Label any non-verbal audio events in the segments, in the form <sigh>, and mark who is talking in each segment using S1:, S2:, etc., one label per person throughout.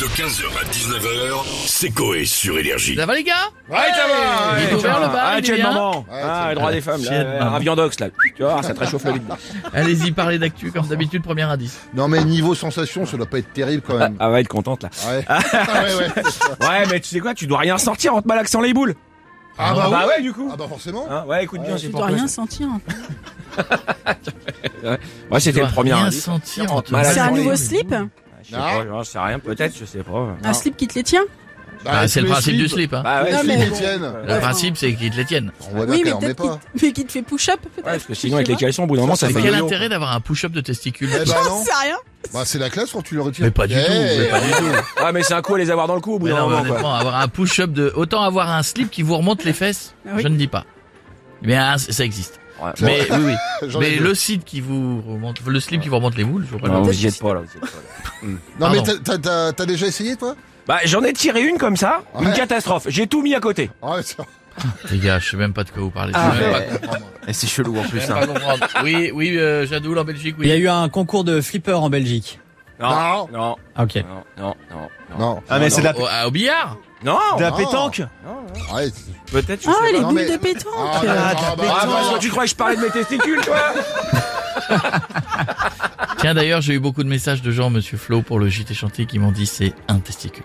S1: De 15h à 19h, c'est Coé sur Énergie.
S2: Ça va les gars
S3: Ouais, ça va
S2: Il est ouvert le bar,
S3: Ah,
S2: il
S3: tiens,
S2: est bien
S3: maman Ah, le droit des femmes,
S2: Tiens,
S3: là,
S2: maman.
S3: un viandox, là. Tu vas voir, ça te réchauffe le vide.
S2: <laughs> Allez-y, parlez d'actu comme d'habitude, premier indice.
S4: Non mais niveau sensation, ça doit pas être terrible quand même.
S3: Ah, va être contente, là.
S4: Ouais. Ah, ouais, ouais.
S3: Ouais, mais tu sais quoi, tu dois rien sentir en te malaxant les boules.
S4: Ah,
S3: Ah,
S4: bah,
S3: bah
S4: oui.
S3: ouais, du coup.
S4: Ah bah forcément.
S3: Hein, ouais, écoute bien, j'ai
S5: Tu
S3: pas
S5: dois rien
S3: Ouais,
S5: sentir.
S3: c'était
S2: Tu
S3: le
S2: dois
S3: premier
S2: rien
S3: indice.
S2: sentir en te
S3: Malade.
S5: C'est un
S3: sur les
S5: nouveau
S3: ongles.
S5: slip
S3: Je sais pas, Ah, j'en sais rien, peut-être, je sais pas. Ah.
S5: Un slip qui te les tient
S4: Bah,
S2: Ah, c'est
S4: tous
S2: le
S4: les
S2: principe
S4: slips,
S2: du slip. Hein.
S3: Bah ouais,
S5: Non,
S3: je suis
S5: mais
S3: con.
S4: bon.
S3: Ouais,
S2: le principe, c'est qu'ils te les tiennent.
S4: On voit
S5: Oui, mais
S4: bien qu'elle en met
S5: peut-être
S4: pas.
S5: qu'il- <laughs> mais qu'il te fait push-up peut-être.
S3: parce que sinon, avec les caleçons, au bout d'un moment, ça
S2: Mais
S3: fait ben,
S2: quel
S3: yo-yo.
S2: intérêt d'avoir un push-up de testicules <laughs>
S4: Eh bah
S5: J'en
S4: non.
S5: sais rien.
S4: Bah c'est la classe quand tu le retires.
S2: Mais pas du
S4: Eh,
S2: tout, mais pas du tout.
S3: Ah, mais c'est un coup à les avoir dans le cou, au bout
S2: Mais
S3: d'un
S2: non, mais
S3: moment, quoi.
S2: honnêtement, avoir un push-up de... Autant avoir un slip qui vous remonte les fesses,
S5: Ah oui.
S2: je ne dis pas. Mais hein, c- ça existe.
S3: Ouais.
S2: Mais oui, oui.
S4: <laughs> J'en ai
S2: Mais
S4: deux.
S2: le site qui vous remonte, le slip qui vous remonte les boules, je vous préviens.
S3: Non, vous y êtes pas, là, vous y êtes pas, là.
S4: Non mais
S2: Pardon.
S4: t'as- t'as- t'as t'as déjà essayé toi
S3: Bah, j'en ai tiré une comme ça, une
S4: Ouais.
S3: catastrophe. J'ai tout mis à côté.
S4: Ah, Ouais. ça-
S2: Les gars, je sais même pas de quoi vous parlez. Je
S3: Ah,
S2: sais même
S3: mais-
S2: pas comprendre.
S3: Et c'est chelou, en
S2: Je sais même pas comprendre. Oui, oui, euh, Jadoul en Belgique,
S6: Il y
S2: oui.
S6: a eu un concours de flipper en Belgique.
S3: Non,
S4: Non.
S3: non,
S6: Ok.
S3: non, non, non.
S4: Non.
S7: Ah mais c'est de la,
S2: Au, à- au billard
S3: Non
S7: de la
S4: Non.
S7: pétanque
S4: Arrête.
S3: Peut-être, je
S5: Ah,
S3: sais
S5: les
S3: pas.
S4: Non,
S5: boules
S4: mais-
S5: de pétanque
S4: Ah, ah, bah,
S3: Ah,
S4: non.
S3: parce que tu crois que je parlais de mes testicules, toi
S2: Tiens, d'ailleurs, j'ai eu beaucoup de messages de gens, monsieur Flo, pour le JT Chantier, qui m'ont dit c'est un testicule.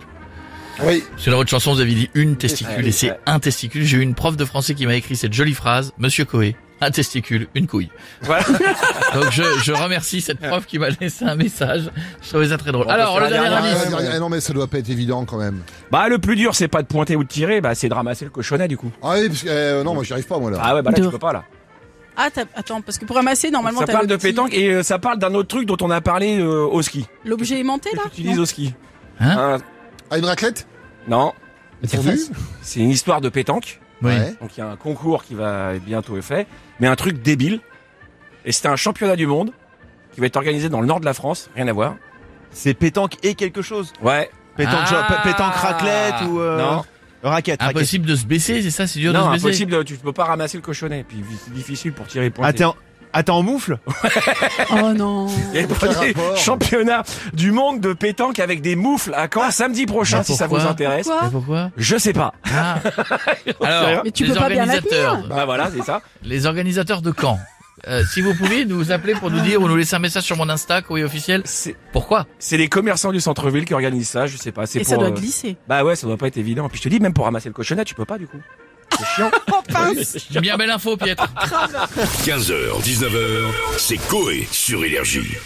S2: Ah,
S4: Oui.
S2: Parce que dans votre chanson, vous avez dit une testicule
S3: Ouais,
S2: et c'est
S3: ouais.
S2: un testicule. J'ai eu une prof de français qui m'a écrit cette jolie phrase, monsieur Coé. Un testicule, une couille.
S3: Voilà.
S2: <laughs> Donc je, je remercie cette prof qui m'a laissé un message. Je trouvais ça très drôle.
S3: On peut
S2: Alors,
S3: faire
S2: le
S3: la
S2: dernier
S3: dernière.
S2: indice.
S4: Ah, ouais, ouais, Non mais ça doit pas être évident quand même.
S3: Bah, le plus dur, c'est pas de pointer ou de tirer, bah, c'est de ramasser le cochonnet, du coup.
S4: Ah oui parce que euh, non moi j'y arrive pas moi là.
S3: Ah ouais, bah là,
S5: De-
S3: tu peux pas, là.
S5: Ah, t'as- attends, parce que pour ramasser, normalement,
S3: Ça
S5: t'as
S3: parle
S5: le
S3: de
S5: petit- Eh,
S3: pétanque et euh, ça parle d'un autre truc dont on a parlé euh, au ski.
S5: L'objet aimanté,
S3: Que
S5: là
S3: tu utilises au ski.
S2: Hein
S3: Un-
S4: Ah une raclette
S3: Non,
S4: Fondue
S3: c'est une histoire de pétanque.
S2: Oui.
S4: Ouais.
S3: Donc, il y a un concours qui va être bientôt être fait, mais un truc débile. Et c'était un championnat du monde qui va être organisé dans le nord de la France. Rien à voir.
S7: C'est pétanque et quelque chose
S3: Ouais.
S7: Pétanque,
S2: Ah.
S7: genre, p- pétanque raclette ou euh,
S3: Non.
S7: raquette raquette.
S2: Impossible de se baisser, c'est ça C'est dur
S3: non,
S2: de se baisser
S3: impossible, tu peux pas ramasser le cochonnet. Puis c'est difficile pour tirer point.
S7: Ah t'es en, ah, t'es en moufle
S5: Oh non.
S3: <laughs> Il y a le
S4: Aucun
S3: premier
S4: rapport.
S3: championnat du monde de pétanque avec des moufles à Caen samedi prochain
S2: Mais
S3: si ça vous
S2: pourquoi
S3: intéresse.
S5: Quoi
S2: Mais pourquoi
S3: Je sais pas.
S2: Ah. Alors,
S5: Mais tu
S2: les
S5: peux pas bien la
S2: organisateurs,
S3: Bah voilà, c'est ça.
S2: les organisateurs de Caen. euh, si vous pouvez nous appeler pour nous dire ou nous laisser un message sur mon Insta, courrier officiel.
S3: C'est
S2: Pourquoi
S3: c'est les commerçants du centre-ville qui organisent ça, je sais pas. C'est
S5: Et
S3: pour.
S5: ça doit
S3: euh,
S5: glisser.
S3: Bah ouais, ça doit pas être évident. Puis je te dis, même pour ramasser le cochonnet, tu peux pas du coup. C'est chiant.
S5: <laughs> Oh, pince
S2: Bien belle info, Pietre.
S1: 15h, 19h, c'est Coé sur Énergie.